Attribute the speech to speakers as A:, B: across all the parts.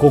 A: こ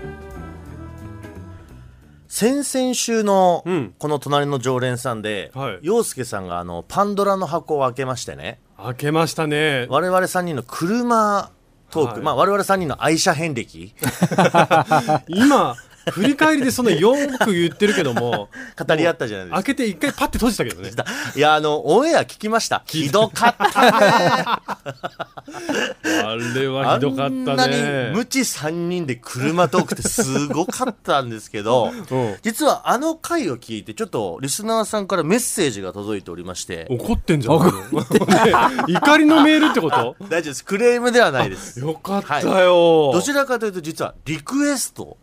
B: 先々週の
C: うん
B: この隣の常連さんで、
C: はい
B: 陽介さんがあのパンドラの箱を開けましてね
C: 開けましたね
B: 我々3人の車トーク、
C: はい
B: まあ我々3人の愛車遍 歴
C: 今振り返りでそんなよく言ってるけど
B: 語
C: も
B: り合ったじゃないですか
C: 開けて一回パッて閉じたけどね
B: いやあのオンエア聞きましたひどかった
C: あれは
B: あ
C: ひどかった
B: んなに
C: ね
B: 無知3人で車トークってすごかったんですけど
C: うん
B: 実はあの回を聞いてちょっとリスナーさんからメッセージが届いておりまして
C: 怒ってんじゃん 怒りのメールってこと
B: 大丈夫ですクレームではないです
C: よかったよ、
B: どちらかというと実はリクエスト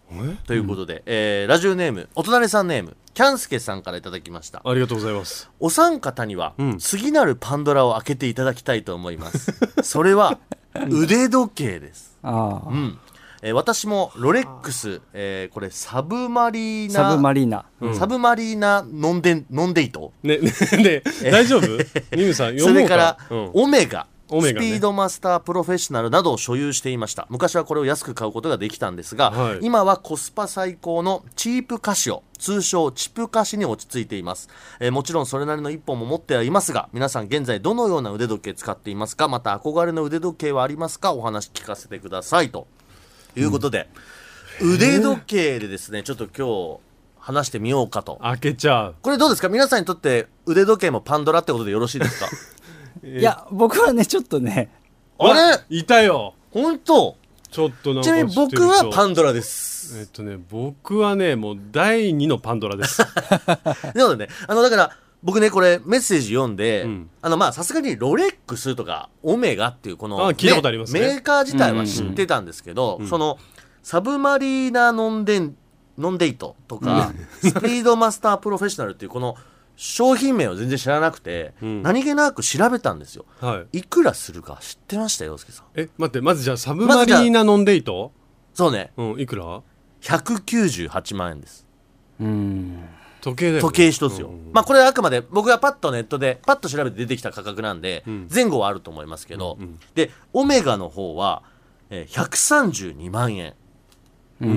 B: ということで、えーラジオネームお隣さんネームキャンスケさんからいただきました
C: ありがとうございます
B: お三方には、
C: うん
B: 次なるパンドラを開けていただきたいと思いますそれは腕時計です、
D: ああ、
B: うんえー私もロレックス、えーこれサブマリーナ
D: サブマリーナ。
C: うん
B: サブマリーナノンデノンデイト
C: ねねね 大丈夫ニムさん
B: そ
C: 読も
B: れ
C: う
B: から
C: か、うん
B: オメガ
C: オメガね
B: スピードマスタープロフェッショナルなどを所有していました昔はこれを安く買うことができたんですが、
C: はい
B: 今はコスパ最高のチープカシオ通称チプカシに落ち着いています、えーもちろんそれなりの一本も持ってはいますが皆さん現在どのような腕時計使っていますかまた憧れの腕時計はありますかお話聞かせてくださいということで、腕時計でですねちょっと今日話してみようかと
C: 開けちゃう
B: これどうですか皆さんにとって腕時計もパンドラってことでよろしいですか
D: いや、僕はね、ちょっとね、
B: あれ
C: いたよ
B: 本当
C: ちょっとなんか
B: ちなみに僕はパンドラです。
C: えっとね僕はねもう第二のパンドラです
B: なのでね、あの、だから、僕ね、これメッセージ読んで、
C: うん
B: あの、まあ、さすがにロレックスとかオメガっていうこの、
C: あ聞いたことありますね
B: メーカー自体は知ってたんですけど、その、サブマリーナノンデン、ノンデイトとか、スピードマスタープロフェッショナルっていうこの商品名を全然知らなくて、
C: ん
B: 何気なく調べたんですよ。
C: はい
B: いくらするか知ってましたよ、洋介さん。
C: え待ってまずじゃあサブマリーナノンデイト、
B: そうね、
C: うんいくら
B: 198万円です。
D: うん。
C: 時計だよ、ね、
B: 時計一つよ、まあこれはあくまで僕がパッとネットでパッと調べて出てきた価格なんで
C: ん
B: 前後はあると思いますけど、
C: うんうん
B: でオメガの方はえー132万円
C: う
D: う。
C: ん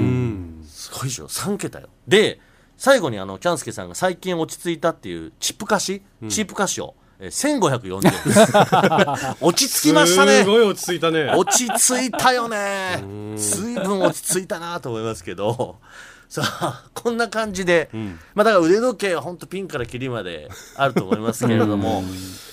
C: ん
B: すごいでしょ3桁よで最後にあのキャンスケさんが最近落ち着いたっていうチップ貸し、チップ貸しを、えー、1540円です落ち着きましたね
C: すごい落ち着いたね
B: 落ち着いたよね随分落ち着いたなと思いますけど さあこんな感じで、
C: ん
B: まあだから腕時計は本当ピンからキリまであると思いますけれども、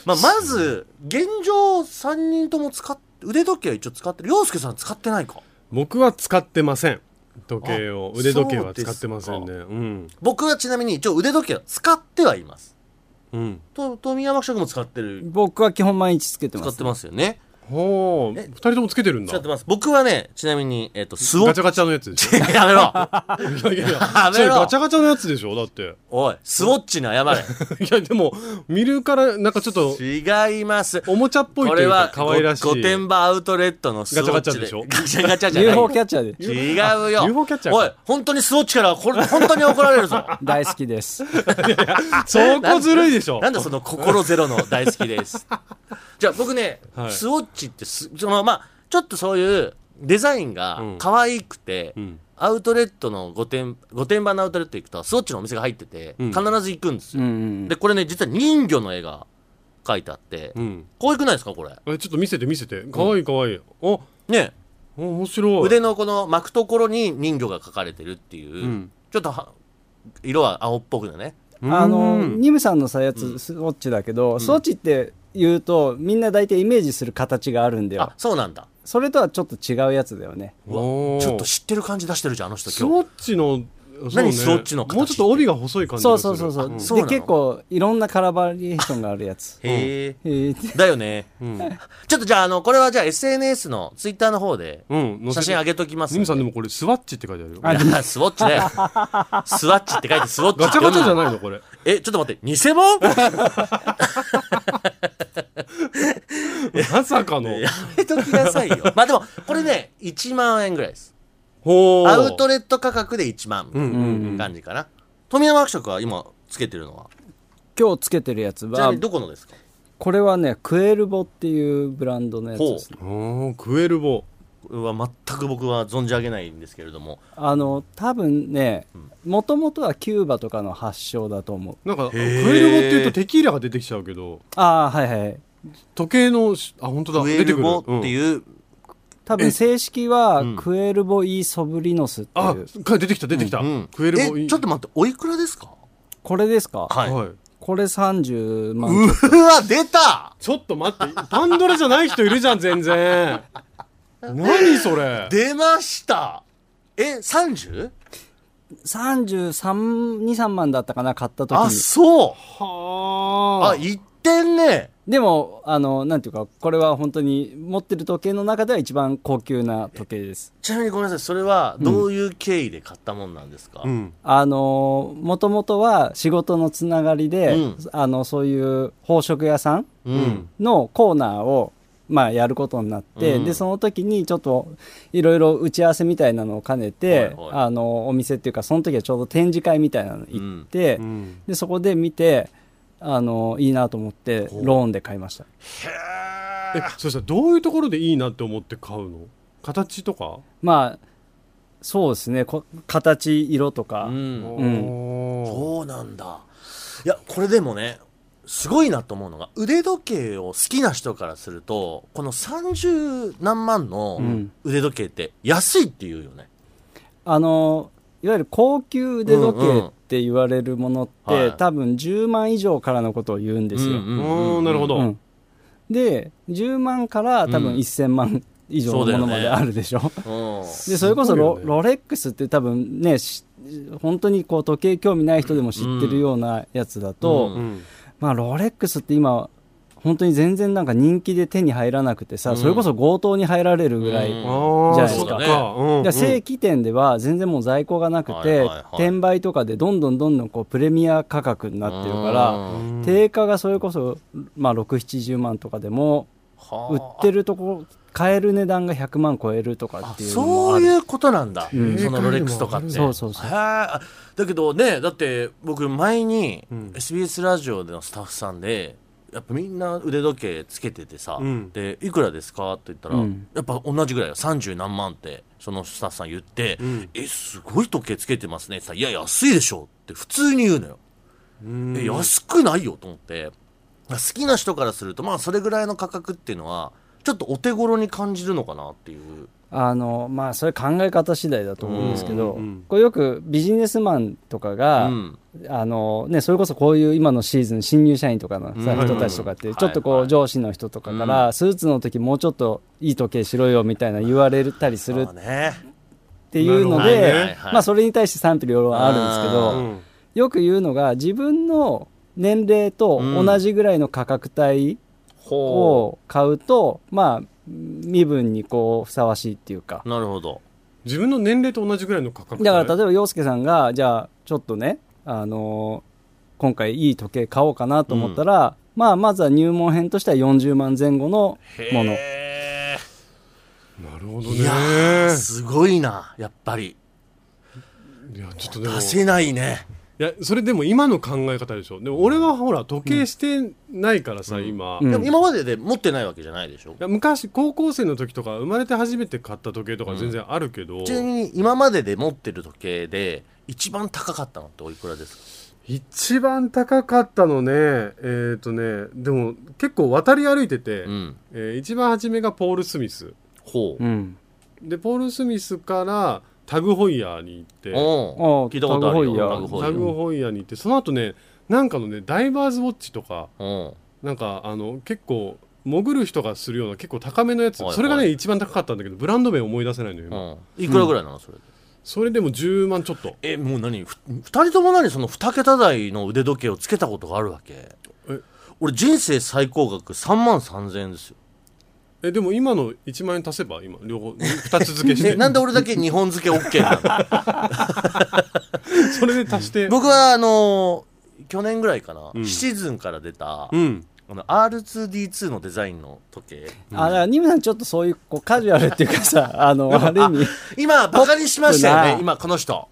B: まあ、まず現状3人とも使っ腕時計は一応使ってる洋介さん使ってないか
C: 僕は使ってません時計を
B: あ
C: 腕時計は使ってませんねうん
B: 僕はちなみに一応腕時計は使ってはいます
C: うん
B: と富山記者も使ってる
D: 僕は基本毎日つけて
B: 使
D: ま
B: っ
D: す
B: て。ますよね
C: ほう
B: え
C: 二人ともつけてるんだ
B: 使ってます僕はねちなみに、えっとスウォ
C: ガ
B: ッ
C: チャ
B: チ
C: ガチャのやつでし
B: やめろ
C: ょいやいや
B: やめろ
C: それガチャガチャのやつでしょだって
B: おいスウォッチに謝れ
C: いやでも見るからなんかちょっと
B: 違います
C: おもちゃっぽい
B: こと
C: い
B: れ
C: うか
B: は
C: 可愛らしい
B: 御殿場アウトレットのスウォッチ
C: ガチャガチャでしょ
B: ガチャガチャじゃない
D: UFO キャッチャーで。
B: 違うよ
C: UFO キャッチャーか
B: おい本当にスウォッチからこれ本当に怒られるぞ
D: 大好き です。
C: そこずるいでしょ
B: なんだその心ゼロの大好きですじゃあ僕ね、
C: はい
B: スウォッチってすそのまあちょっとそういうデザインが
C: うん
B: 可愛くて、
C: うん
B: アウトレットの御殿御殿場のアウトレット行くとスウォッチのお店が入ってて、
C: うん
B: 必ず行くんです
D: う
B: よ、
D: ん
B: で。これね実は人魚の絵が描いてあって、
C: うん
B: 可愛くないですかこれ
C: えちょっと見せて見せて可愛い可愛いお
B: ね
C: お面白い
B: 腕のこの巻くところに人魚が描かれてるっていう、
C: ん
B: ちょっとは色は青っぽくね
D: あの、
C: うん
D: ニムさんのさ、やつ、スウォッチだけど、スウォッチって言うと、みんな大体イメージする形があるんだよ
B: あ。そうなんだ
D: それとはちょっと違うやつだよね。
C: おー
B: ちょっと知ってる感じ出してるじゃんあの人
C: ス
B: 今日
C: ウォッチのそうね
B: 何スウォッチの形
C: もうちょっと帯が細い感じ
D: そ
C: が
D: う
C: す
D: そ
C: る
D: うそうそう。
B: そうな
D: で、
B: の。
D: 結構、いろんなカラーバリエーションがあるやつ
B: へえ
D: えー
B: だよね、ちょっとじゃああのこれはじゃあ SNS のツイッターの方で
C: うん載せ
B: 写
C: て
B: 真上げときます
C: ニムさん
B: い
C: でもこれスワッチって書いてあるよ
D: あ
B: やスウォッチだよ スワッチって書いてスウォッチ
C: ガ
B: って
C: チャガ
B: 読む
C: チャじゃないのこれ
B: えちょっと待って偽物
C: まさかの。
B: やめときなさいよ。 まあでも、これね、1万円ぐらいです。
C: ほう
B: アウトレット価格で1万
C: うんうんうん
B: 感じかな。富山伯爵は今つけてるのは。
D: 今日つけてるやつ
B: ちな
D: は
B: みにどこのですか
D: これはねクエルボっていうブランドのやつですね
C: おークエルボ。
B: これは全く僕は存じ上げないんですけれども。
D: あの多分ねもともとはキューバとかの発祥だと思う
C: なんか、ク
B: へー
C: エルボっていうとテキーラが出てきちゃうけど、
D: ああはいはい
C: 時計のし、あ、本当だ。
B: クエ
C: 出て
B: ル
C: くる。
B: ボって
C: うん。
B: いう、
D: 多分正式は
B: ん
D: クエルボ・イ・ソブリノスっていう、
C: あ、か出てきた、出てきた。
B: うん
C: クエルボい
B: え
C: い。
B: ちょっと待って、おいくらですか
D: これですか、
B: はい。
C: はい。
D: これ30万
B: うわ、出た
C: ちょっと待って、パンドラじゃない人いるじゃん、全然。何それ。
B: 出ましたえ、30?
D: 332万だったかな買った時
B: あ、
D: に
B: そう
C: は
B: あ、
C: あ。
B: いってんね
D: でもあのなんていうかこれは本当に持ってる時計の中では一番高級な時計です
B: ちなみにごめんなさい、それはどういう経緯で買ったもんなんですか、
C: うん。
D: あのもともとは仕事のつながりで、
B: うん
D: あのそういう宝飾屋さん
B: うん。
D: のコーナーを、まあ、やることになって、
B: うん
D: でその時にちょっといろいろ打ち合わせみたいなのを兼ね
B: は
D: て、
B: いはい
D: あのお店っていうかその時はちょうど展示会みたいなの行って、
C: うん
D: でそこで見てあのいいなと思ってローンで買いました
C: え、そしたらどういうところでいいなって思って買うの形とか
D: まあそうですねこ形色とか、
B: うん。
D: ん
C: おー
B: そうなんだ。いや、これでもね、すごいなと思うのが、腕時計を好きな人からすると、この30何万の
D: ん
B: 腕時計って安いって言うよね。
D: あのいわゆる高級腕時
B: うんう
D: 計
B: ん
D: って言われるものって、
B: はい
D: 多分10万以上からのことを言うんですよ、
B: う
C: うん、なるほど。
D: うんで10万から多分
B: うん
D: 1000万以上のものまであるでしょ、
B: ど。うん。
D: でそれこ
C: す
D: そ
C: ごい
D: ロ,、
C: よね
D: ロレックスって多分ねし本当にこう時計興味ない人でも知ってるようなやつだと、
B: うん
C: うん
D: まあロレックスって今本当に全然なんか人気で手に入らなくてさ、それこそ強盗に入られるぐらい、
B: うん
C: あ
D: じゃ
C: あ、
D: あ
C: そっ
B: そうだね
C: か。うん
D: で正規店では全然もう在庫がなく
B: はい
D: て、
B: はいはい
D: 転売とかでどんどんどんどんこうプレミア価格になってるから、
B: うん
D: 定価がそれこそ、まあ、670万とかでも売
B: はあ
D: ってるとこ買える値段が100万超えるとか
B: あ
D: っていうのも
B: そ
D: あ
B: う
D: る
B: いうことなんだ、
D: うん
B: そのロレックスとかって。
D: そうそうそう
B: へえあだけどね、だって僕前に
C: うん
B: SBS ラジオでのスタッフさんで、やっぱみんな腕時計つけててさ、
C: うん
B: で、いくらですかって言ったら、
D: うん
B: やっぱ同じぐらいよ、30何万って、そのスタッフさん言って、
C: ん
B: え、すごい時計つけてますねって言ったら、いや、安いでしょって普通に言うのよ。
C: うん
B: え安くないよと思って好きな人からするとまあそれぐらいの価格っていうのはちょっとお手頃に感じるのかなっていう
D: あのまあそれ考え方次第だと思うんですけど、
C: うんうん
D: これよくビジネスマンとかが、
B: うん
D: あのね、それこそこういう今のシーズン新入社員とかのさ、
B: うん
D: 人たちとかって
B: はい
D: ちょっとこう、
B: はい
D: 上司の人とかから、スーツの時もうちょっといい時計しろよみたいな言われたりする
B: そうね
D: っていうの
C: な
D: で
C: るほど
B: ね
D: まあ、それに対して賛否両論あるんですけど、
B: う
C: うん
D: よく言うのが自分の年齢と同じぐらいの価格帯
B: ほ
D: を買うと、まあ身分にこうふさわしいっていうか
B: うなるほど
C: 自分の年齢と同じぐらいの価格
D: だから例
C: え
D: えば洋介さんがじゃあちょっとね、あのー今回いい時計買おうかなと思ったら、まあまずは入門編としては40万前後のもの
B: へ
C: ばなるほど
B: ー
C: ね
B: いやーすごいなやっぱり
C: いやちょっとでも
B: 出
C: い
B: せないね
C: やそれでも今の考え方でしょでも俺はほら時計してないからさ、今、
D: うん
B: でも今までで持ってないわけじゃないでしょ
C: いや昔高校生の時とか生まれて初めて買った時計とか全然あるけど、
B: ちなみに今までで持ってる時計で一番高かったのっておいくらですか
C: 一番高かったのねえっ、とねでも結構渡り歩いてて、
B: うん
C: えー一番初めがポール・スミス
B: ほう
D: うん
C: でポール・スミスからタグ・ホイヤーに行って
B: おう
D: おう
B: 聞いたことあるよタグホイヤ
D: タグホイヤ
B: ー
D: ー
C: タグ・ホイヤーに行ってその後ねなんかのねダイバーズ・ウォッチとか
B: うん
C: なんかあの結構潜る人がするような結構高めのやつ、
B: はいはい
C: それがね一番高かったんだけどブランド名思い出せないのよ、
B: うん
C: 今
B: いくらぐらいなのそれ
C: それでも10万ちょっと
B: えもう何ふ二人とも何その二桁台の腕時計をつけたことがあるわけ
C: え
B: 俺人生最高額3万3000円ですよ
C: えでも今の1万円足せば今両方2つ付けし
B: え
C: て
B: なんで俺だけ日本付け OK なの
C: それで足して
B: 僕はあのー去年ぐらいかな、
C: うん
B: シチズンから出た
C: うん
B: あの R2D2 のデザインの時計
D: あだからニムさんちょっとそういうこうカジュアルっていうかさ あのある意味
B: 今バカにしました
D: ポッ
B: よ
D: プ
B: ね
D: な
B: 今この人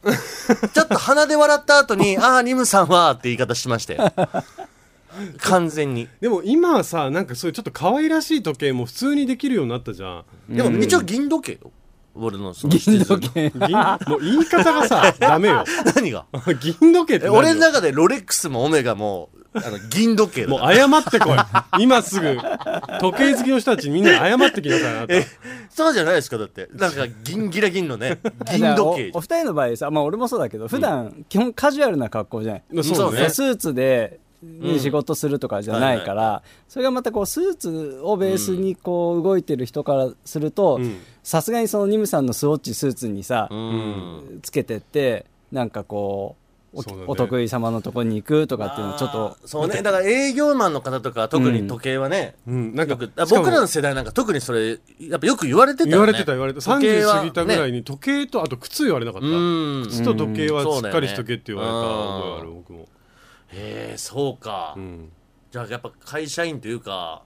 B: ちょっと鼻で笑った後に「ああニムさんは」って言い方しましたよ完全に
C: でも今さなんかそういうちょっと可愛らしい時計も普通にできるようになったじ ゃん
B: でも一応銀時計よ俺のその
D: 銀時計
C: 銀もう言い方が さダメよ
B: 何が
C: 銀時計っ
B: え
C: て何よ
B: 俺の中でロレックスもオメガもあの銀時計だ
C: もう謝ってこい今すぐ時計好きの人たちにみんな謝ってきなさいあなた
B: そうじゃないですかだってなんか銀ギラ銀のね銀時計
D: おお二人の場合さ、まあ、俺もそうだけど普段基本カジュアルな格好じゃない、
C: まあ
B: そ
C: そうう
B: ね
C: ね
D: スーツで、ね
B: うん
D: 仕事するとかじゃないから、それがまたこうスーツをベースにこう動いてる人からすると
C: ん
D: さすがにそのニムさんのスウォッチスーツにさ、
B: うん
D: つけてってなんかこうお,、
C: そうだね
D: お得意様のとこに行くとかっていうのはちょっと
B: あーそうねだから営業マンの方とかは特に時計はね、
C: うんなんか
B: よくあ
C: しかも
B: 僕らの世代なんか特にそれやっぱよく言われてたよね
C: 言われてた言われてた
B: 時計
C: 30
B: は
C: 過ぎたぐらい
B: ね
C: に時計とあと靴言われなかった
B: うん
C: 靴と時計は
B: うん
C: しっかりしとけって言われた覚えある僕も
B: へえそうか、
C: うん
B: じゃあやっぱ会社員というか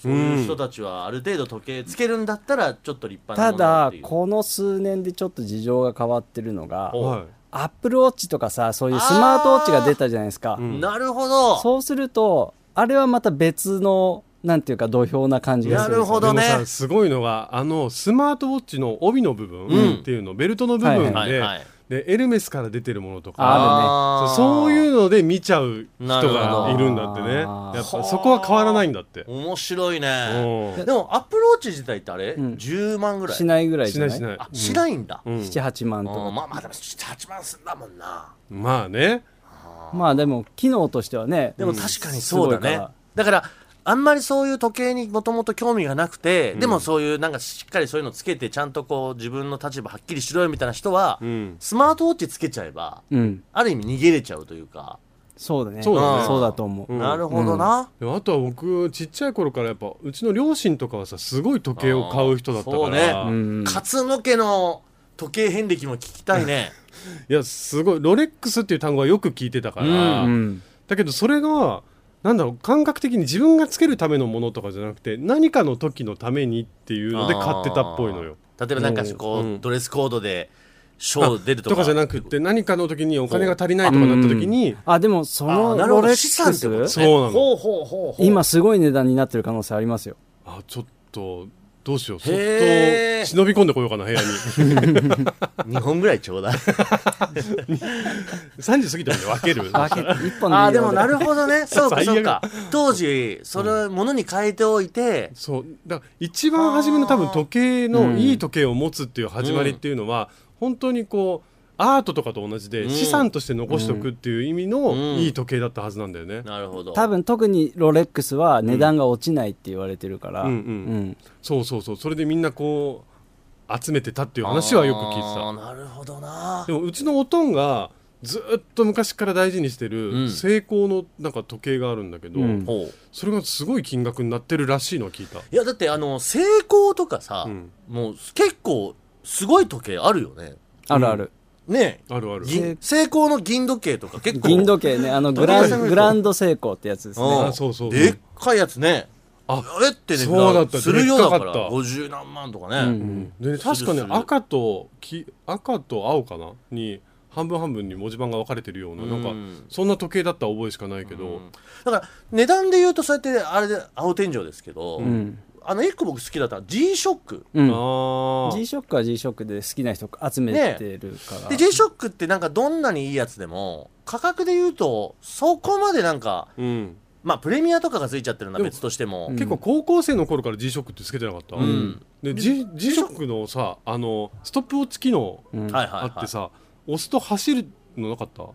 B: そういう人たちはある程度時計つけるんだったらちょっと立派なも
D: た
B: のだっ
D: だ
B: ていう
D: この数年でちょっと事情が変わってるのが
B: お
C: は
D: アップルウォッチとかさそういうスマートウォッチが出たじゃないですか、
C: いうん
B: なるほど
D: そうするとあれはまた別のなんていうか土俵な感じがするんです
B: な
D: よ
B: るほどね
C: でもさすごいのがあのスマートウォッチの帯の部
B: うん
C: 分っていうの、ベルトの部分で,、
B: はいはいはい
C: でエルメスから出てるものと
D: あ
C: か
B: あー
C: そうそういうので見ちゃう人
B: なるほ
C: が
B: ど
C: いるんだってねや
D: あ
C: っ
D: ー
C: ぱそこは変わらないんだって
B: 面白い
C: お
B: ね
C: う
B: でもアップローチ自体ってあれ、
D: ん
B: 10万ぐらい
D: しないぐらい
C: し
D: じゃ
C: ない
D: ない
C: しない
B: あしないんだ、
C: うん
D: 78万と
B: う
D: か
B: ん、まあまあでも78万すんだもんな
C: まあね
D: まあでも機能としてはね
B: でも確かにそうだ
D: すごい
B: ね、
D: から
B: だからあんまりそういう時計にもともと興味がなくて、でもそういうなんかしっかりそういうのつけてちゃんとこう自分の立場はっきりしろよみたいな人は、
C: うん
B: スマートウォッチつけちゃえば
D: うん
B: ある意味逃げれちゃうというか、
D: そうだね
C: そうだ
B: ね
D: そうだと思う、
C: うん
B: なるほどな、
C: であとは僕ちっちゃい頃からやっぱうちの両親とかはさすごい時計を買う人だったか
B: あ
C: ら、
B: ーそうね
D: ん
B: 勝野家の時計遍歴も聞きたいね
C: いやすごいロレックスっていう単語はよく聞いてたから、
D: うん
C: だけどそれがなんだろう感覚的に自分がつけるためのものとかじゃなくて何かの時のためにっていうので買ってたっぽいのよ。
B: 例えばなんかこう、
C: うん
B: ドレスコードでショー出ると
C: と
B: か
C: かじゃなくて何かの時にお金が足りないとかなった時に
D: あでもそ
B: あ
D: の
B: なるほ
D: ロレ
B: ど
D: ッ
B: 資産
D: ク
B: ってことね
D: ス
C: そうなの
B: ほうほうほうほう
D: 今すごい値段になってる可能性ありますよ
C: あちょっとどうしようそっと
B: へー
C: 忍び込んでこようかな部屋に
B: 2本ぐらいちょうだい
C: 30過ぎたんで 分ける
D: バケット一本でい
B: あ
D: いよ
B: あでもなるほどねそうか
C: 最悪
B: そうか当時そのものに変えておいて、
C: そうだから一番初めの多分時計のいい時計を持つっていう始まりっていうのは、本当にこうアートとかと同じで、
B: うん
C: 資産として残しておくっていう意味
B: うん
C: のいい時計だったはずなんだよね、
B: なるほど
D: 多分特にロレックスは値段が落ちないって言われてるから、
C: うんうんそうそうそうそれでみんなこう集めてたっていう話はよく聞いて
B: あー
C: た
B: なるほどな
C: でもうちのおとんがずっと昔から大事にして
B: う
C: る
B: ん
C: 成功のなんか時計があるんだけど、
D: うん
B: ほう
C: それがすごい金額になってるらしいのは聞いた
B: いやだってあの成功とかさ、
C: うん
B: もう結構すごい時計あるよね
D: あるある、
B: ねえ
C: あるある
B: 銀成功の銀時計とか結構
D: 銀時計ねあのグラングランド成功ってやつです
B: うん
D: ね
C: あそうそうそう
B: でっかいやつね
C: あ
B: あれってね
C: そうだった
B: するようだから
C: でっかかった
B: 50何万とかね、
D: うん
C: でね確か
B: する
C: ね
B: する
C: 赤とき赤と青かなに半分半分に文字盤が分かれてるようななんか
B: うん
C: そんな時計だった覚えしかないけど、
B: だから値段で言うとそうやってあれで青天井ですけど、
D: ん
B: あの一個僕好きだったのは G ショック
D: うん
C: ああ
D: G ショックは G ショックで好きな人集めてるから、
B: で G ショックってなんかどんなにいいやつでも価格で言うとそこまでなんか
C: うん、
B: まあプレミアとかがついちゃってるのは別としても
D: で
C: 結
D: も
C: 構高校生の頃から G ショックってつけてなかった、
B: ん
C: で G, G ショックのさあのストップウォッチ機能
D: うん
B: はいはい
C: あ
B: はい
C: ってさ、押すと走るのなかった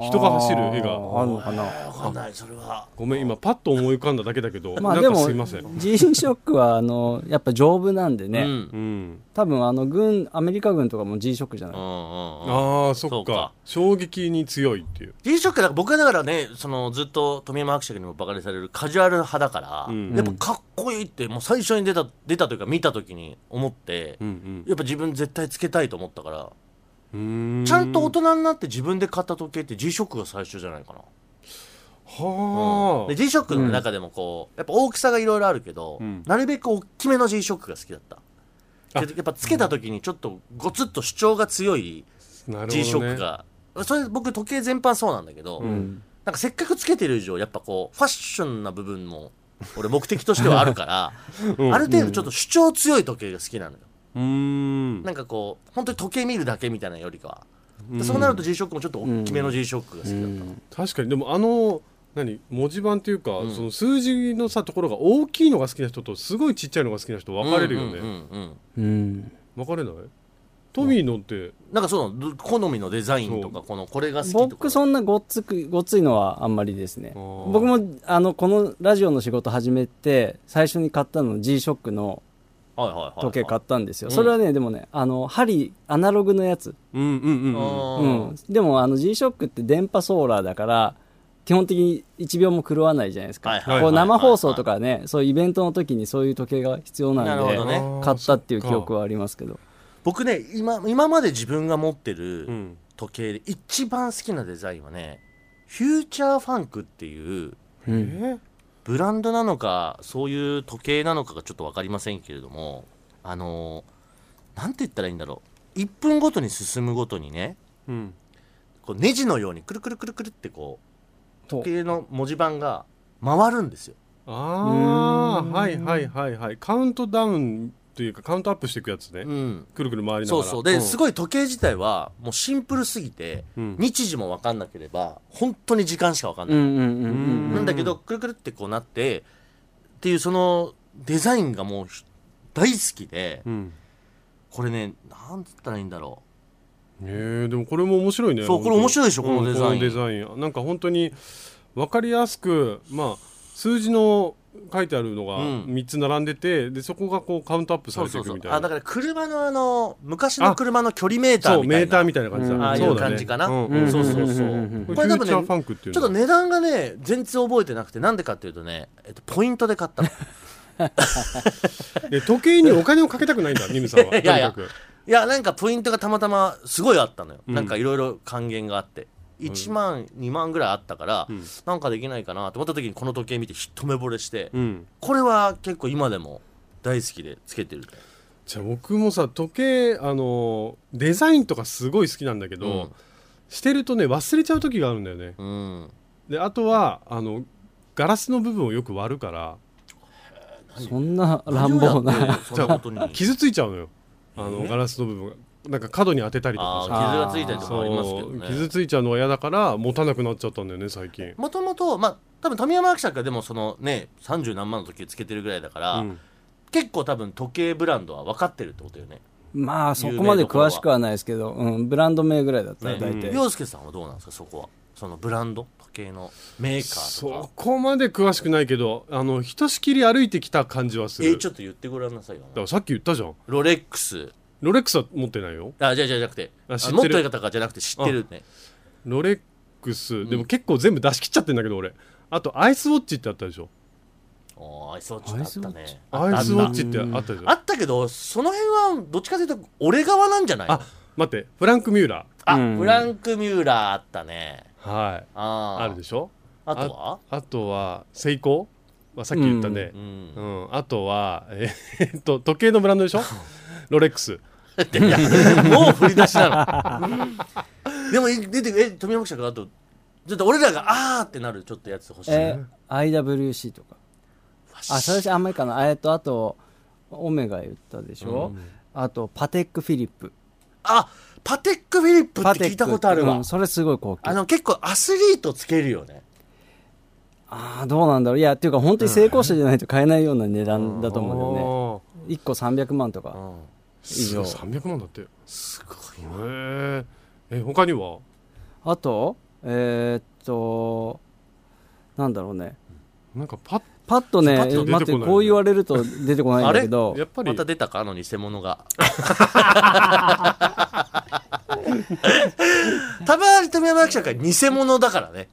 C: 人が走る絵が
D: あーあるのかな
B: わかんないそれは
C: ごめん今パッと思い浮かんだだけだけど、
D: まあ
C: なん
D: で
C: か
D: も
C: すいません、
D: G ショックはあのやっぱ丈夫なんでね、
B: うん
C: うん、
D: 多分あの軍アメリカ軍とかも G ショックじゃ
B: う
D: ない、
B: んうんうん
C: ああそっか
B: そうか
C: 衝撃に強いっていう、
B: G ショックだから僕はだからねそのずっと富山伯爵にもバカにされるカジュアル派だから、
C: うん
B: やっぱかっこいいってもう最初に出た出たというか見た時に思って、
C: うん
B: やっぱ自分絶対つけたいと思ったから
C: うん、
B: ちゃんと大人になって自分で買った時計って G ショックが最初じゃないかな
C: は
B: で G-SHOCK の中でもこう、やっぱ大きさがいろいろあるけど、
E: うん
B: なるべく大きめの G-SHOCK が好きだったでやっぱつけた時にちょっとゴツッと主張が強い
C: あ、なるほど、ね。
B: G-SHOCK が、それ僕時計全般そうなんだけど、なんかせっかくつけてる以上やっぱこうファッションな部分も俺目的としてはある から、ある程度ちょっと主張強い時計が好きなのよ、
E: うーん
B: なんかこう本当に時計見るだけみたいなよりかは、でそうなると G-SHOCK もちょっと大きめの G-SHOCK が好きだった、
C: 確かにでもあの何文字盤っていうか、
B: ん
C: その数字のさところが大きいのが好きな人とすごいちっちゃいのが好きな人分かれるよね、
B: うんうんうんうん
D: うん
C: 分かれないトミーのって、
B: なんかそのど好みのデザインとかこのこれが好きとか
D: 僕そんなごっつくごっついのはあんまりですね
C: あー
D: 僕もあのこのラジオの仕事始めて最初に買ったの G ショックの
B: はいはいはいはい
D: 時計買ったんですよ、
B: うん
D: それはねでもねあの針アナログのやつ、
E: うんうんうんうん
B: うん
D: うんでもあの G ショックって電波ソーラーだから基本的に1秒も狂わないじゃないですか、
B: はいはいはい
D: こう生放送とかねそういうイベントの時にそういう時計が必要なんで
B: なるほどね
D: 買ったっていう
C: あー
D: 記憶はありますけど
B: 僕ね今今まで自分が持って
E: う
B: る
E: ん
B: 時計で一番好きなデザインはねフューチャーファンクっていう
C: え
B: ブランドなのかそういう時計なのかがちょっと分かりませんけれどもあのーなんて言ったらいいんだろう1分ごとに進むごとにね
E: うん
B: こうネジのようにくるくるくるくるってこう
D: と
B: 時計の文字盤が回るんですよ
C: あー
D: うーん
C: はいはいはいはいカウントダウンというかカウントアップしていくやつね、
B: うん
C: くるくる回りながら
B: そうそうで、す
C: い
B: ごい時計自体はもうシンプルすぎて、
E: うん
B: 日時も分かんなければ本当に時間しか分かんない、
D: うんうんうんうん
B: なんだけどくるくるってこうなってっていうそのデザインがもうひ大好きで、
E: うん
B: これねなんつったらいいんだろ
C: えーでもこれも面白いね
B: そうこれ面白いでしょ
C: 本当に
B: このデザイン
C: うんこのデザインなんか本当に分かりやすくまあ数字の書いてあるのが
B: うん
C: 3つ並んでて、でそこがこうカウントアップ
B: う
C: さ
B: そう
C: れて
B: そ
C: いう
B: そう
C: くみたいな
B: あだから車のあの昔の車の距離メータ
C: そ
B: ー
C: う
B: みた
C: メ
B: い
C: ータ
B: な
C: ーみたいな感じだ、
D: うん
B: ああい
C: そううだ
B: 感じ
C: ね
B: かな
E: うん
D: うん
B: そうそうそう、
D: うん
C: こ
B: これ
C: れ
B: 多
C: 多
B: 分ね
C: 分ねフューチャーファンクっていう
B: ちょっと値段がね全然覚えてなくてなんでかっていうとね、えっと、ポイントで買ったの
C: と時計にお金をかけたくないんだニムさんはと に
B: やいや
C: かく
B: いやなんかポイントがたまたますごいあったのよ、なんかいろいろ還元があって1万、2万ぐらいあったから、なんかできないかなと思った時にこの時計見て一目惚れして、
E: うん
B: これは結構今でも大好きでつけてるね
C: じゃあ僕もさ時計あのデザインとかすごい好きなんだけど、
B: うん
C: してるとね忘れちゃう時があるんだよね
B: うん
C: であとはあのガラスの部分をよく割るから
D: そんな乱暴
B: 何をや
D: な
B: ってそんなことに あー傷
C: 傷ついちゃうのよあのガラスの部分がなんか角に当てたりとかさ
B: がついたりとかありますけ
C: そ
B: ど
C: う
B: ね
C: 傷ついちゃうのは嫌だから持たなくなっちゃったんだよね最近
B: もともとまあ多分富山明さんがでもそのね30何万の時計つけてるぐらいだから、
E: うん
B: 結構多分時計ブランドは分かってるってことよね
D: まあそこまで詳しくはないですけど、うん、ブランド名ぐらいだったら
B: ね
D: 大体、
B: 洋介さんはどうなんですかそこはそのブランド時計のメーカーとか
C: そこまで詳しくないけどあのひとしきり歩いてきた感じはす
B: え
C: る、
B: ちょっと言ってごらんなさいよ
C: だからさっき言ったじゃん
B: ロレックス
C: ロレックスは持ってないよ
B: あじゃあじゃあじゃなくて
C: あ知
B: あ
C: ってる
B: もっと言い方かじゃなくて知ってるね
C: ロレックスでも結構全部出し切っちゃってんだけど俺あとアイスウォッチってあったでしょ
B: おーアイスウォッチってあったねあった
C: アイスウ
B: あっ
C: ォッ
B: た
C: チってあったでしょ
B: あったけどその辺はどっちかというと俺側なんじゃないの
C: あ待ってフランク・ミューラ
B: あ、
D: うん
B: フランク・ミューラーあったね
C: ーはい
B: あ
C: あるで
B: し
C: しょ
B: あとは
C: あとはセイコー、まあ、さっき言ったね
B: う、
C: うんんあとはえーっと時計のブランドでしょロレックス
B: いやもう振り出しなのでもえ出てえ富山記者があとちょっと俺らがあーってなるちょっとやつ欲しい、
D: えー IWC とかあそれじゃあんまりかなえっとあとオメガ言ったでしょ、あとパテックフィリップ
B: あパテック・フィリップ
D: パ
B: って
D: テック
B: 聞いたことあるわ、
D: うんそれすごい高級
B: あ
D: あ
B: の結構アスリートつけるよね
D: あーどうなんだろういやっていうか本当に成功者じゃないと買えないような値段だと思うんだよ
C: おー
D: ね1個300万とか以上
C: すごい300万だってへ
B: すごい
C: ええ他には
D: あとえーっとなんだろうね
C: なんかパッ
D: パッとね
C: パッと出てこない
D: 待ってこう言われると出てこないんだけど
C: やっぱり
B: また出たかあの偽物 がたまに富山記者が偽物だからね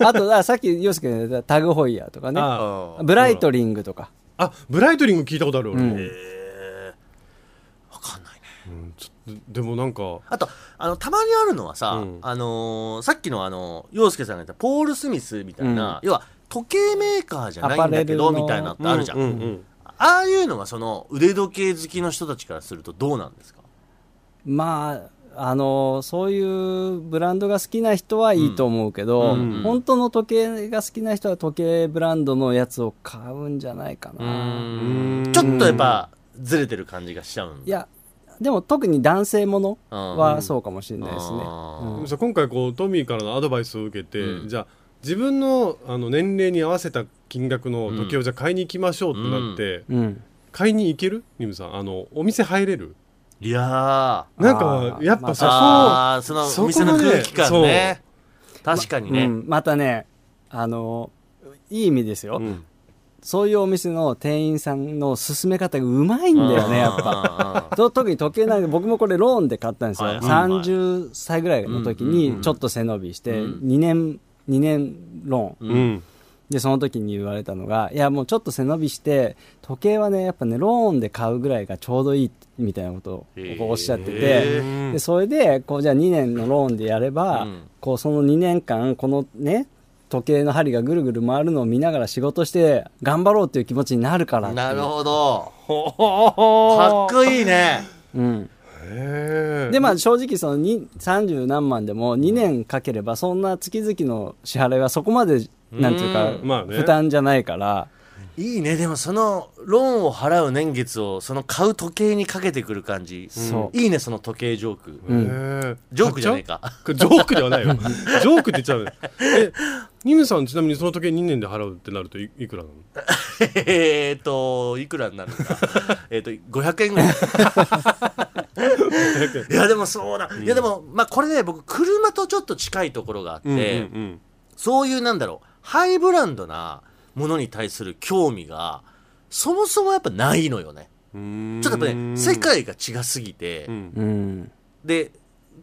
D: あとあさっき洋介が言ったタグホイヤーとかね
C: あ
B: うん
D: ブライトリングとか
C: あブライトリング聞いたことある俺も、
D: うん
B: わかんないね
C: うんちょっとでもなんか
B: あとあのたまにあるのはさ、
C: うん
B: あのーさっきのあの洋介さんが言ったポール・スミスみたいな、要は時計メーカーじゃないんだけど
D: アパレルの
B: みたいなってあるじゃん、
C: うんうん
B: ああいうのはその腕時計好きの人たちからするとどうなんですか
D: まあ、あのそういうブランドが好きな人はいいと思うけど、
B: うんうん
D: 本当の時計が好きな人は時計ブランドのやつを買うんじゃないか
B: う
D: な。
B: ーんちょっとやっぱずれてる感じがしちゃうんだ
D: いや、でも特に男性もの
B: うん
D: はそうかもしれないです
B: あ
C: で
D: ね。う
C: も
D: ん
C: さ今回こうトミーからのアドバイスを受けて、
B: うん
C: じゃあ自分のあの年齢に合わせた金額の時計をじゃあ買いに行きましょうってなって、
D: うん、
C: 買いに行けるニムさんあのお店入れる
B: いやー
C: なんか
D: あー
C: やっぱさ、
B: あーその
C: そ
B: お
C: こ
B: 店の空気感
C: まで
B: ね確かにね、
D: うんまたね、あのいい意味ですよ、
C: そう、うん
D: そういうお店の店員さんの進め方がうまいんだよね、やっぱ。
B: ぱ
D: と特に時計なんか僕もこれローンで買ったんですよ、
B: はいはい
D: 30歳ぐらいの
B: う
D: 時
B: んうんう
D: に
B: ん
D: ちょっと背伸びして
B: うん
D: 2年2年ローン
B: うん
C: うん
D: でその時に言われたのがいやもうちょっと背伸びして時計はねやっぱねローンで買うぐらいがちょうどいいみたいなことをこうおっしゃってて、
B: へ
D: でそれでこうじゃあ2年のローンでやれば、
B: うん
D: こうその2年間このね時計の針がぐるぐる回るのを見ながら仕事して頑張ろうっていう気持ちになるからっていう
B: なるほどかっこいいね
D: うん、
C: へ
D: でまあ正直そのに30何万でも2年かければそんな月々の支払いはそこまでなんていうか
C: まあね
D: 負担じゃないから
B: いいねでもそのローンを払う年月をその買う時計にかけてくる感じ、
D: そ
B: いいねその時計ジョーク
D: うん
C: へえ
B: ジョークじゃないか
C: これジョークではない よジョークって言っちゃうねえニムさんちなみにその時計2年で払うってなるといいくらなの
B: えーっといくらになるんだ えーっと500円ぐらい いやでもそうだ、いやでもまあこれね僕車とちょっと近いところがあって、
E: うん
B: そういうなんだろうハイブランドなものに対する興味がそもそもやっぱないのよね
E: うん
B: ちょっとやっぱね世界が違すぎて、
E: うん
D: うん
B: で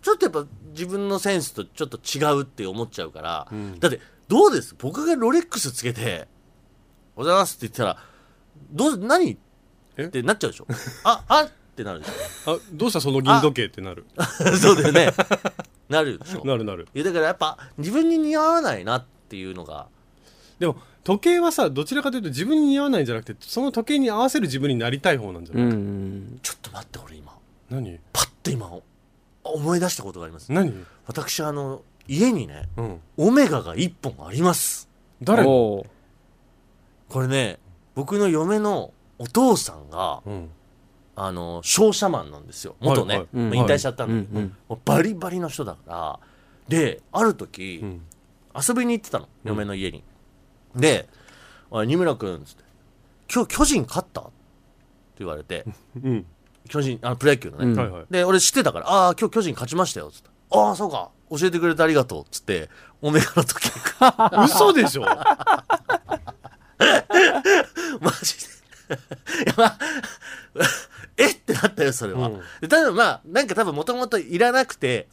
B: ちょっとやっぱ自分のセンスとちょっと違うって思っちゃうから、
E: ん
B: だってどうです僕がロレックスつけて「おはようございます」って言ったら「どう何?」
C: え
B: ってなっちゃ うでしょ「ああってなるでし
C: あどうしたその銀時計ってなる
B: ょそうだよねなるでしょ
C: なるなる
B: いやだからやっぱ自分に似合わないなっていうのが
C: でも時計はさどちらかというと自分に似合わないんじゃなくてその時計に合わせる自分になりたい方なんじゃ
D: う
C: ない、
D: ん
B: ちょっと待って俺今
C: 何
B: パッて今思い出したことがあります
C: 何
B: 私あの家にね
C: うん
B: オメガが1本あります
C: 誰の
D: おう
B: これね僕の嫁のお父さんが
C: うん
B: あの商社マンなんですよ元ね、
C: はい
D: はい
B: まあ引退しちゃったんだけど、
D: うんうん
B: もうバリバリの人だからである時、
C: ん
B: 遊びに行ってたの嫁の家に、で「おい二村君」つって「今日巨人勝った?」って言われて
C: うん
B: 巨人あのプロ野球のね、
D: うん
C: はいはい
B: で俺知ってたから「ああ今日巨人勝ちましたよ」つって「ああそうか教えてくれてありがとう」つっておめがの時計か
C: 嘘で しょ
B: マジで いやまあえってなったよそれは、で多分まあなんか多分もともといらなくて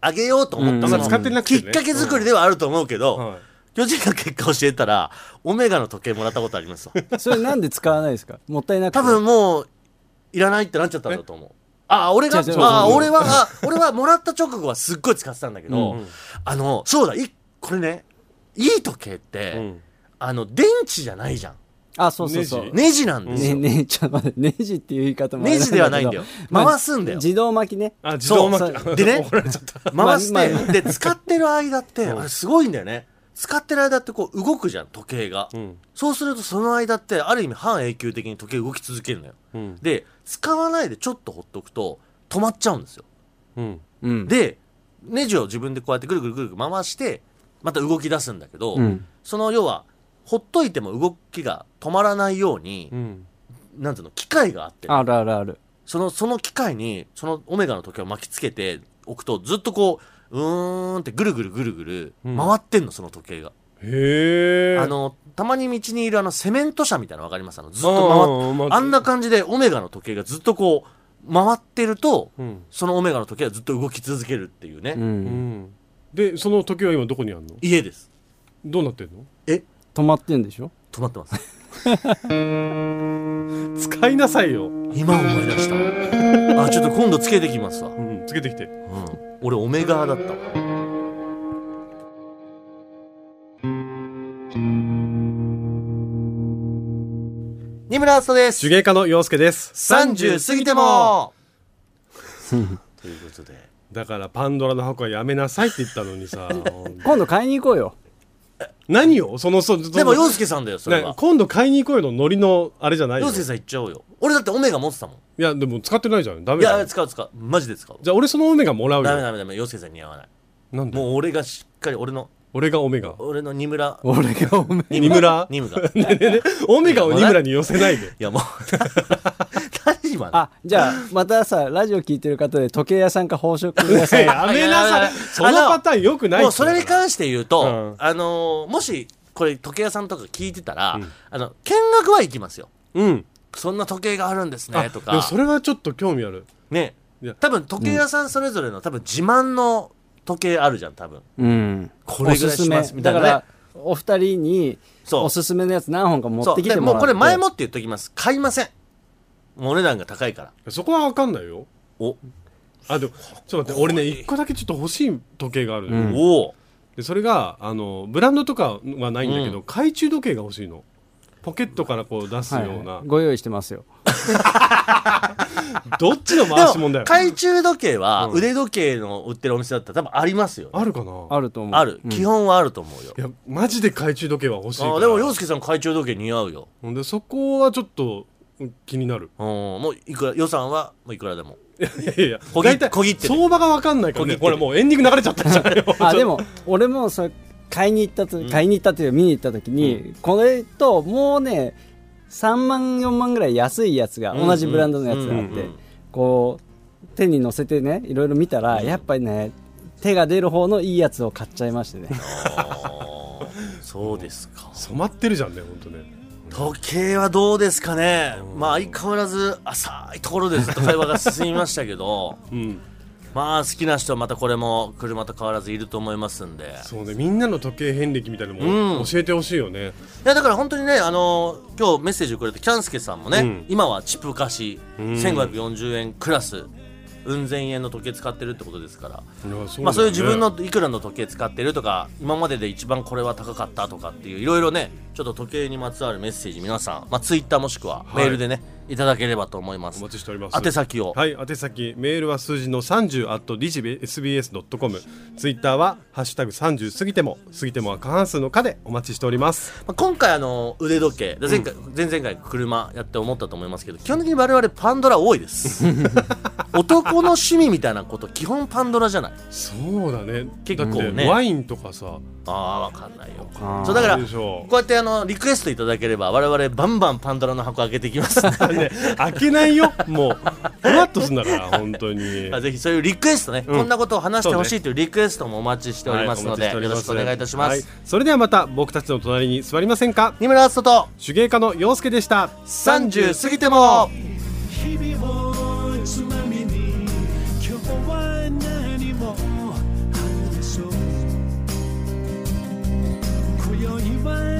B: あげようと思った
D: うん
B: そ
D: ま
B: の
D: あ
C: 使ってなくてね
B: きっかけ作りではあると思うけど、
C: はい
B: 巨人の結果教えたらオメガの時計もらったことありますわ
D: それなんで使わないです かもったいなくて
B: 多分もういらないってなっちゃったんだと思うああ俺が
D: 違う違う
B: ああ
D: そうそう
B: 俺はあ俺はもらった直後はすっごい使ってたんだけど、
D: うん
B: あのそうだいこれねいい時計って、
C: うん
B: あの電池じゃないじゃん
D: あそうそうそう
B: ネジなんです
D: ね
B: よ、
D: ねちょっと待ってネジっていう言い方もあれ
B: ネジではないんだよ
D: けど
B: 回すんだよ
D: 自動巻きね
C: あ自動巻
D: そ
C: き
D: う
B: で ね
C: 怒られちゃった
B: 回して、
D: まあまあ
B: で使ってる間ってあれすごいんだよね使ってる間ってこう動くじゃん時計が、
C: うん
B: そうするとその間ってある意味半永久的に時計動き続けるのよ
C: うん
B: で使わないでちょっとほっとくと止まっちゃうんですよ
C: うん
D: うん
B: でネジを自分でこうやってぐるぐるぐるぐる回してまた動き出すんだけど、
D: うん
B: その要はほっといても動きが止まらないように、
C: うん
B: なんていうの機械があってね、
D: あるあるある
B: その、その機械に、そのオメガの時計を巻きつけておくと、ずっとこう、うーんってぐるぐるぐるぐる
C: うん
B: 回ってんの、その時計が。
C: へえ
B: あの、たまに道にいるあの、セメント車みたいなのわかりますあの、ずっと
C: あー
B: 回
C: ま
B: っ
C: あ
B: あんな感じでオメガの時計がずっとこう、回ってると、
C: うん
B: そのオメガの時計はずっと動き続けるっていうね。
D: うん
C: うんでその時計は今どこにあるの
B: 家です。
C: どうなってんの
D: 止まってんでしょ
B: 止まってます。
C: 使いなさいよ
B: 今思い出した。ああちょっと今度つけてきますわ、うん、
E: うん
C: つけてきて
B: 俺オメガだったわ二村敦人です
C: 手芸家の洋介です
B: 30過ぎて もということで
C: だからパンドラの箱はやめなさいって言ったのにさ
D: 今度買いに行こうよ
C: 何よそのそその
B: でも洋介さんだよそれ
C: ね
B: は
C: 今度買いに行こうよのノリのあれじゃないよ
B: 洋介さん行っちゃおうよ俺だってオメガ持ってたもん
C: いやでも使ってないじゃんダ
B: い
C: メだ
B: や
C: よ
B: 使う使うマジで使う
C: じゃあ俺そのオメガもらう
B: ダメ
C: よ
B: ダメダメ洋介さんに似合わない
C: なんで
B: もう俺がしっかり俺の
C: 俺がオメガ
B: 俺の二村
D: 俺がおめ
C: 二村
B: 二村い
C: オメガをニムラに寄せないで
B: やもう何今の
D: あじゃあまたさラジオ聞いてる方で時計屋さんか宝飾屋 さ ん
C: やめなさいそ
B: あ
C: のパターンよくないっ
B: もう
C: つう
B: そ
C: の
B: れに関して言うと、
C: うん
B: あのーもしこれ時計屋さんとか聞いてたら、あの見学は行きますよ
E: うん
B: そんな時計があるんです
C: あ
B: ねと
C: でも
B: か
C: それはちょっと興味ある
B: ね
C: いや
B: 多分時計屋さんそれぞれの多分自慢の時計あるじゃん多分
E: うん
B: こ
D: お
B: れぐ
D: す
B: らい
D: す
B: し
D: め
B: ますみた
D: だ
B: い
D: か
B: な、ね、
D: らお二人に
B: そう
D: おすすめのやつ何本か持
B: そ
D: っ
B: う
D: てきて
B: でも
D: もら
B: う
D: って
B: これ前もって言っときます買いませんもうお値段が高いから
C: そこは分かんないよ
B: お、
C: あでもちょっと待って俺ね一個だけちょっと欲しい時計があるのよ、
E: うん
B: おお
C: でそれがあのブランドとかはないんだけど、
B: う
C: 懐中時計が欲しいのポケットからこう出すような、
D: はいご用意してますよ
C: どっちの回し
B: でも
C: もんだよ
B: 懐中時計は腕時計の売ってるお店だったら多分ありますよ、ね
C: あるかな
D: あると思う
B: ある、基本はあると思うよ
C: いやマジで懐中時計は欲しいか
B: あ
C: ら
B: ーでも洋介さん懐中時計似合うよ
C: ほんでそこはちょっとうん気にな る
B: うんもういくら予算はもういくらでも
C: いやいや
B: こぎ
C: 大体
B: こぎってる
C: 相場が分かんないから、
B: こぎって
C: ね、
B: る
C: これもうエンディング流れちゃったじゃんよ
D: あでも俺もそれ買いに行ったと買いに行ったというか見に行った時に、これともうね3万4万ぐらい安いやつが、
B: うん
D: 同じブランドのやつがあって、
B: うんうん
D: こう手に乗せてねいろいろ見たら、やっぱりね手が出る方のいいやつを買っちゃいましてね
B: そうですか
C: 染まってるじゃんねほんとね
B: 時計はどうですかねまあ相変わらず浅いところでずっと会話が進みましたけど
C: うん
B: まあ好きな人はまたこれも車と変わらずいると思いますんで
C: そうねみんなの時計遍歴みたいなのも
B: うん
C: 教えてほしいよね、
B: いやだから本当にね、あのー今日メッセージをくれたキャンスケさんもね、
C: うん
B: 今はチプカシ、1540円クラスうん千円の時計使ってるってことですから
C: いやそ
B: まあ、そういう
C: だ
B: 自
C: よね
B: 分のいくらの時計使ってるとか今までで一番これは高かったとかっていういろいろねちょっと時計にまつわるメッセージ皆さん、まあ、ツイッターもしくはメールでね、い、ただければと思いま
C: お
B: す
C: 待ちしております
B: 宛先を、
C: はい、宛先メールは数字の30 at sbs.com ツイッターは「ハッシュタグ #30 過ぎても」過ぎてもは過半数の「か」でお待ちしております
B: まあ、今回あの腕時計で前回、前々回車やって思ったと思いますけど基本的に我々パンドラ多いです 男の趣味みたいなこと基本パンドラじゃない
C: そうだね
B: 結構ね
C: だってワインとかさ
B: あーわかんないよ
D: あー
B: そうだから
C: あるでし
B: こ
C: ょ
B: うやってあのリクエストいただければ我々バンバンパンドラの箱開けていきますんで
C: ね開けないよもうふわっとすんだから本当に
B: あぜひそういうリクエストね、こんなことを話してほしいというリクエストもお待ちしておりますので、
C: はいお
B: よ
C: 待
B: ろ
C: ち
B: してくお
C: おり
B: 願いいたします、
C: はいそれではまた僕たちの隣に座りませんか
B: 二村篤人と
C: 手芸家の洋介でした
B: 30過ぎても
F: 日々をつまみに今日は何も話そう今宵は